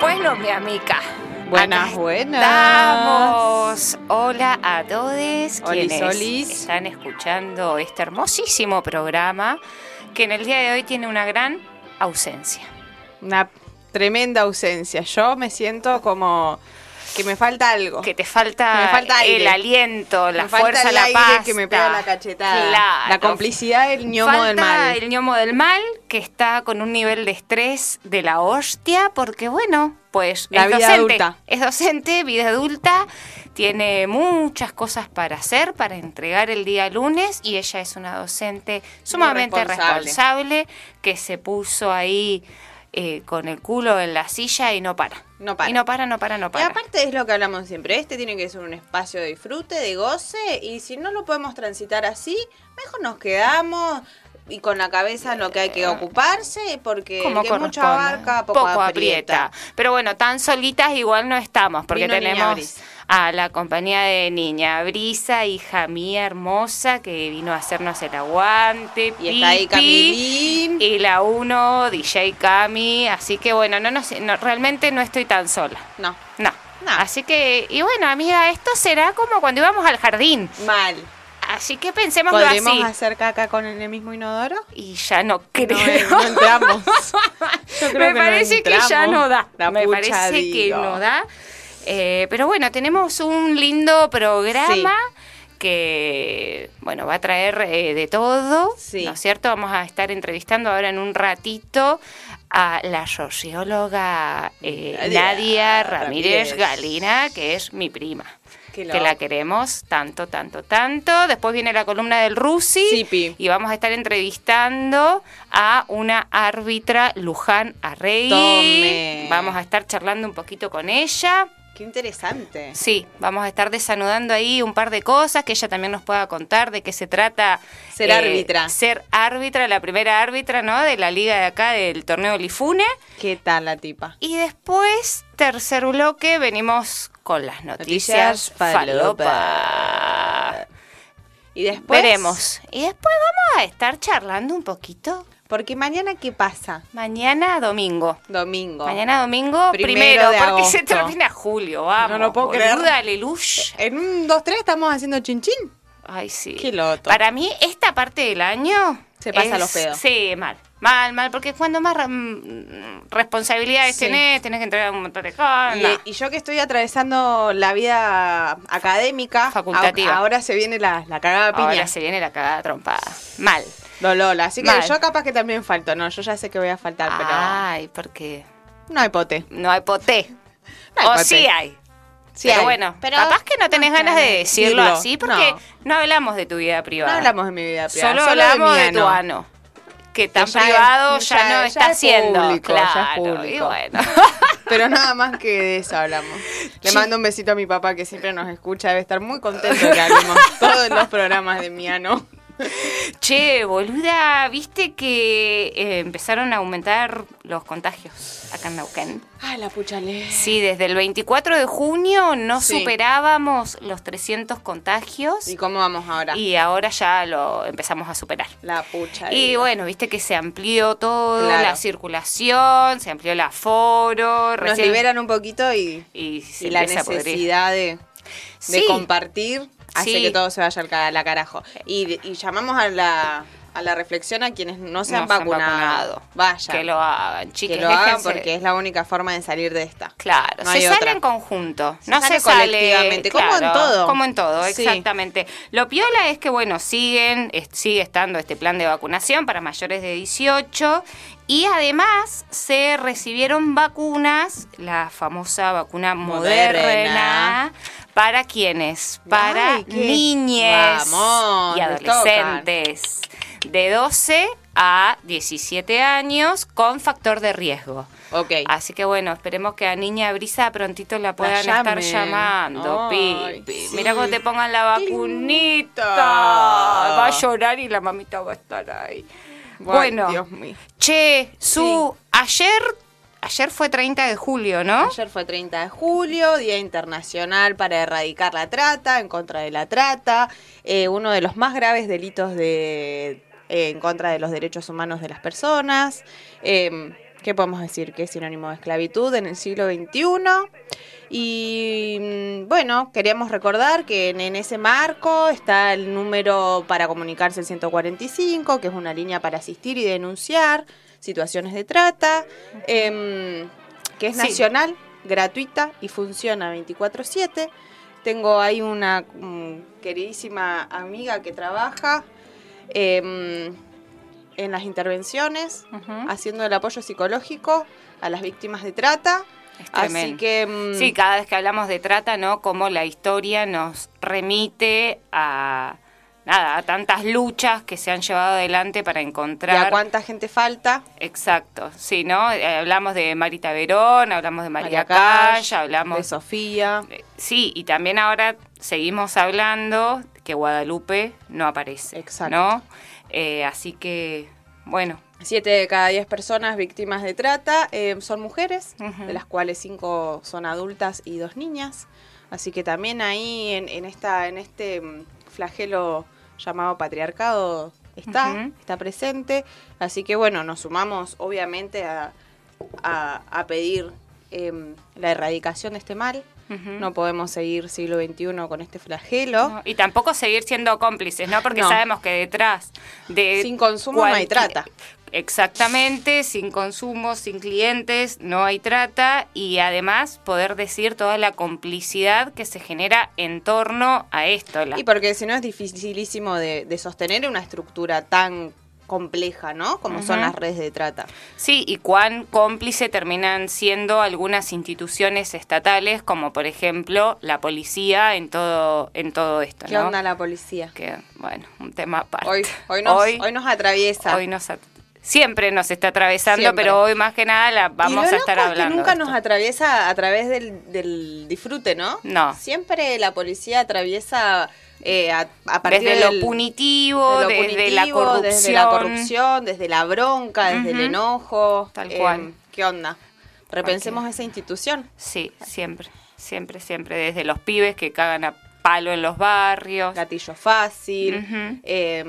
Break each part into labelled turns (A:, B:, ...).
A: Bueno, mi amiga.
B: Buenas,
A: acá
B: buenas.
A: Estamos. Hola a todos
B: Olis,
A: quienes
B: olis.
A: están escuchando este hermosísimo programa que en el día de hoy tiene una gran ausencia.
B: Una tremenda ausencia. Yo me siento como que me falta algo.
A: Que te falta,
B: Oh. Me falta aire.
A: el aliento, la
B: me falta
A: fuerza,
B: el
A: la
B: aire
A: paz.
B: que me pega la cachetada.
A: Claro.
B: La complicidad del ñomo
A: Falta
B: del mal.
A: El ñomo del mal que está con un nivel de estrés de la hostia, porque bueno, pues
B: La
A: es
B: vida
A: docente.
B: adulta.
A: Es docente, vida adulta, tiene muchas cosas para hacer, para entregar el día lunes, y ella es una docente sumamente
B: responsable.
A: responsable que se puso ahí eh, con el culo en la silla y no para.
B: No para.
A: Y no para, no para, no
B: Y
A: para.
B: aparte es lo que hablamos siempre, este tiene que ser un espacio de disfrute, de goce, y si no lo podemos transitar así, mejor nos quedamos y con la cabeza en lo que hay que ocuparse, porque el
A: Eh, Como
B: que
A: corresponde.
B: mucho abarca, poco, aprieta.
A: Pero bueno, tan solitas igual no estamos, porque
B: Vino Niña
A: tenemos
B: Brisa.
A: a la compañía de Niña Brisa, hija mía hermosa, que vino a hacernos el aguante.
B: Y está ahí
A: Pipi,
B: Camilín.
A: Y la uno, DJ Cami. Así que bueno, no, nos- no, realmente no estoy tan sola.
B: No,
A: No.
B: No.
A: Así que, y bueno, amiga, esto será como cuando íbamos al jardín.
B: mal.
A: Así que pensemos
B: ¿Podemos
A: así.
B: hacer caca con el mismo inodoro?
A: Y ya no
B: No,
A: creo.
B: eh, no entramos. Yo creo
A: me
B: que no
A: parece que ya
B: entramos.
A: no da.
B: La
A: me
B: pucha
A: parece que
B: digo.
A: no da. Eh, pero bueno, tenemos un lindo programa que, bueno, va a traer eh, de todo,
B: Sí.
A: ¿no es cierto? Vamos a estar entrevistando ahora en un ratito a la socióloga eh,
B: Nadia
A: Nadia Ramírez,
B: Ramírez.
A: Galina, que es mi prima.
B: Qué
A: que la
B: loco.
A: queremos tanto, tanto, tanto. Después viene la columna del Rusi
B: Sí, pi.
A: y vamos a estar entrevistando a una árbitra Luján Arrey.
B: Tome.
A: Vamos a estar charlando un poquito con ella.
B: Qué interesante.
A: Sí, vamos a estar desanudando ahí un par de cosas que ella también nos pueda contar de qué se trata. eh,
B: Ser árbitra.
A: Ser árbitra, la primera árbitra, ¿no? De la liga de acá, del torneo Lifune.
B: ¿Qué tal la tipa?
A: Y después, tercer bloque, venimos con las noticias,
B: Noticias falopa.
A: falopa.
B: Y después.
A: Veremos. Y después vamos a estar charlando un poquito.
B: Porque mañana, ¿qué pasa?
A: Mañana domingo.
B: Domingo.
A: Mañana domingo primero,
B: Oh. Primero de
A: porque se
B: agosto.
A: termina julio, vamos.
B: No lo puedo creer.
A: boluda, aleluya.
B: En un 2-3 estamos haciendo chinchín.
A: Ay, sí.
B: Qué loto.
A: Para mí, esta parte del año.
B: Se pasa
A: es-
B: los pedos.
A: Sí, mal. Mal, mal, porque cuando más ra- mm, responsabilidades
B: Sí.
A: tenés, tenés que entregar un montón de cosas.
B: Y, y yo que estoy atravesando la vida académica,
A: Facultativa.
B: a- ahora se viene la, la cagada de piña.
A: Ahora se viene la cagada trompada. Mal.
B: Dolor, así que
A: Mal. Ah.
B: yo capaz que también falto, no, yo ya sé que voy a faltar,
A: Ay, porque
B: pero no hay pote.
A: no hay poté.
B: No hay
A: o
B: pote.
A: sí hay.
B: Sí
A: pero
B: hay,
A: bueno,
B: pero
A: capaz que no tenés
B: no
A: ganas de
B: tenés.
A: decirlo
B: Dilo,
A: así porque no.
B: no.
A: hablamos de tu vida
B: no
A: privada.
B: hablamos de mi vida privada,
A: Solo,
B: de
A: hablamos
B: mi
A: de, tu
B: ano.
A: ano. Que tan
B: ya es-
A: privado ya,
B: ya-
A: no
B: ya
A: está
B: es
A: siendo.
B: público, ya es
A: claro, y
B: público.
A: bueno.
B: Pero nada más que de eso hablamos. Le
A: Sí.
B: mando un besito a mi papá que siempre nos escucha, debe estar muy contento que hablemos todos los programas de mi ano.
A: che, boluda, viste que eh, empezaron a aumentar los contagios acá en Neuquén.
B: Ay, la puchale.
A: Sí, desde el 24 de junio no
B: Sí.
A: superábamos los 300 contagios
B: ¿Y cómo vamos ahora?
A: y ahora ya lo empezamos a superar.
B: La pucha.
A: Y
B: digo.
A: bueno, viste que se amplió todo,
B: Claro.
A: la circulación, se amplió el aforo,
B: nos
A: recién-
B: liberan un poquito y,
A: y, se
B: y la
A: empieza a pudrir.
B: necesidad de, de
A: Sí.
B: compartir hace
A: Sí.
B: que todo se vaya al ca- la carajo. Y, y llamamos a la, a la reflexión a quienes no se han vacunado. Vaya.
A: Que lo hagan, chicos.
B: que lo hagan porque es la única forma de salir de esta.
A: Claro,
B: No
A: se
B: hay
A: sale
B: otra.
A: en conjunto,
B: Se
A: no
B: sale
A: se sale
B: colectivamente, como en
A: claro,
B: todo.
A: Como en todo,
B: Sí.
A: exactamente. Lo piola es que, bueno, siguen, es- sigue estando este plan de vacunación para mayores de 18 y además se recibieron vacunas, la famosa vacuna moderna,
B: Moderna.
A: para quienes, para
B: Ay, qué-
A: niñas
B: Vamos,
A: y
B: nos tocan.
A: adolescentes de 12 a 17 años con factor de riesgo.
B: Ok.
A: Así que bueno, esperemos que a Niña Brisa prontito la puedan estar
B: llamen.
A: llamando.
B: Ay,
A: Pipi.
B: sí.
A: Mira cómo te pongan la
B: Qué
A: vacunita.
B: lindo.
A: Va a llorar y la mamita va a estar ahí. Bueno,
B: Ay, Dios mío.
A: che, su, ayer, ayer fue 30 de julio, ¿no?
B: Ayer fue 30 de julio, Día Internacional para Erradicar la Trata, en contra de la trata, eh, uno de los más graves delitos de, eh, en contra de los derechos humanos de las personas. eh, ¿Qué podemos decir? Que es sinónimo de esclavitud en el siglo XXI. Y mm, bueno, queríamos recordar que en, en ese marco está el número para comunicarse el 145, que es una línea para asistir y denunciar situaciones de trata, em, que es
A: Sí.
B: nacional, gratuita y funciona 24/7. Tengo ahí una mm, queridísima amiga que trabaja em, en las intervenciones,
A: Ujú.
B: haciendo el apoyo psicológico a las víctimas de trata.
A: Es
B: Así
A: tremendo.
B: que mm,
A: Sí, cada vez que hablamos de trata, ¿no? Como la historia nos remite a nada, a tantas luchas que se han llevado adelante para
B: ¿y a
A: encontrar.
B: cuánta gente falta?
A: Exacto, sí, ¿no? Eh, hablamos de Marita Verón, hablamos de María,
B: Cash,
A: Calla, hablamos
B: de Sofía.
A: Eh, Sí, y también ahora seguimos hablando que Guadalupe no aparece.
B: Exacto.
A: ¿no? Eh, así que, bueno,
B: Siete de cada diez personas víctimas de trata eh, son mujeres,
A: Ujú.
B: de las cuales cinco son adultas y dos niñas. Así que también ahí en, en esta, en este mm, flagelo llamado patriarcado está,
A: Ujú.
B: está presente. Así que bueno, nos sumamos obviamente a, a- a pedir em, la erradicación de este mal.
A: Ujú.
B: No podemos seguir siglo XXI con este flagelo.
A: no, y tampoco seguir siendo cómplices, ¿no? Porque
B: No.
A: sabemos que detrás de...
B: Sin consumo no hay
A: cualquier-
B: trata.
A: Exactamente, sin consumo, sin clientes, no hay trata y además poder decir toda la complicidad que se genera en torno a esto. la-
B: Y porque si no es dificilísimo de, de sostener una estructura tan compleja, ¿no? Como son
A: Ujú.
B: las redes de trata.
A: Sí, y cuán cómplice terminan siendo algunas instituciones estatales, como por ejemplo la policía en todo, en todo esto,
B: ¿Qué
A: ¿no?
B: onda la policía?
A: Que, bueno, un tema aparte.
B: Hoy, hoy, nos, hoy, nos atraviesa.
A: hoy nos at- siempre nos está atravesando,
B: Siempre.
A: pero hoy más que nada la
B: Y
A: vamos
B: lo
A: a
B: loco
A: estar
B: es que
A: hablando.
B: nunca
A: de
B: nos
A: esto.
B: atraviesa a través del, del disfrute, ¿no?
A: No.
B: Siempre la policía atraviesa eh, a, a partir
A: desde
B: del-
A: lo punitivo,
B: de lo
A: desde, la
B: punitivo,
A: corrupción.
B: desde la corrupción, desde la bronca, desde el
A: Ujú.
B: enojo.
A: Tal
B: Eh,
A: cual.
B: ¿Qué onda? Repensemos
A: Porque-
B: esa institución.
A: Sí, siempre, siempre, siempre. Desde los pibes que cagan a palo en los barrios.
B: gatillo fácil.
A: Ujú.
B: eh,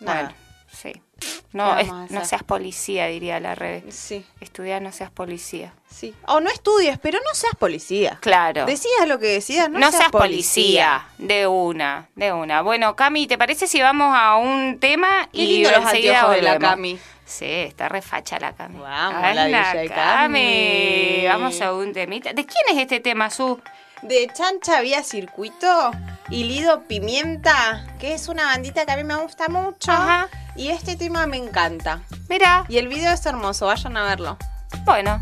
B: nada.
A: Bueno, sí.
B: ¿Qué
A: No,
B: vamos
A: es-
B: a hacer?
A: no seas policía, diría la revés.
B: Sí,
A: Estudiar no seas policía.
B: sí. O no estudies, pero no seas policía.
A: Claro.
B: Decías lo que decías, no,
A: no seas, policía. De una, de una. Bueno, Cami, ¿te parece si vamos a un tema
B: Qué
A: y
B: lindo los
A: enseguida
B: anteojos de la
A: volvemos?
B: Cami.
A: Sí, está refacha la Cami. Ah,
B: Vamos,
A: Ay,
B: la DJ Cami.
A: Vamos a un temita. ¿De quién es este tema, Su?
B: De Chancha vía circuito y Lido Pimienta, que es una bandita que a mí me gusta mucho.
A: Ajá.
B: Y este tema me encanta.
A: Mira,
B: Y el video es hermoso, vayan a verlo.
A: bueno,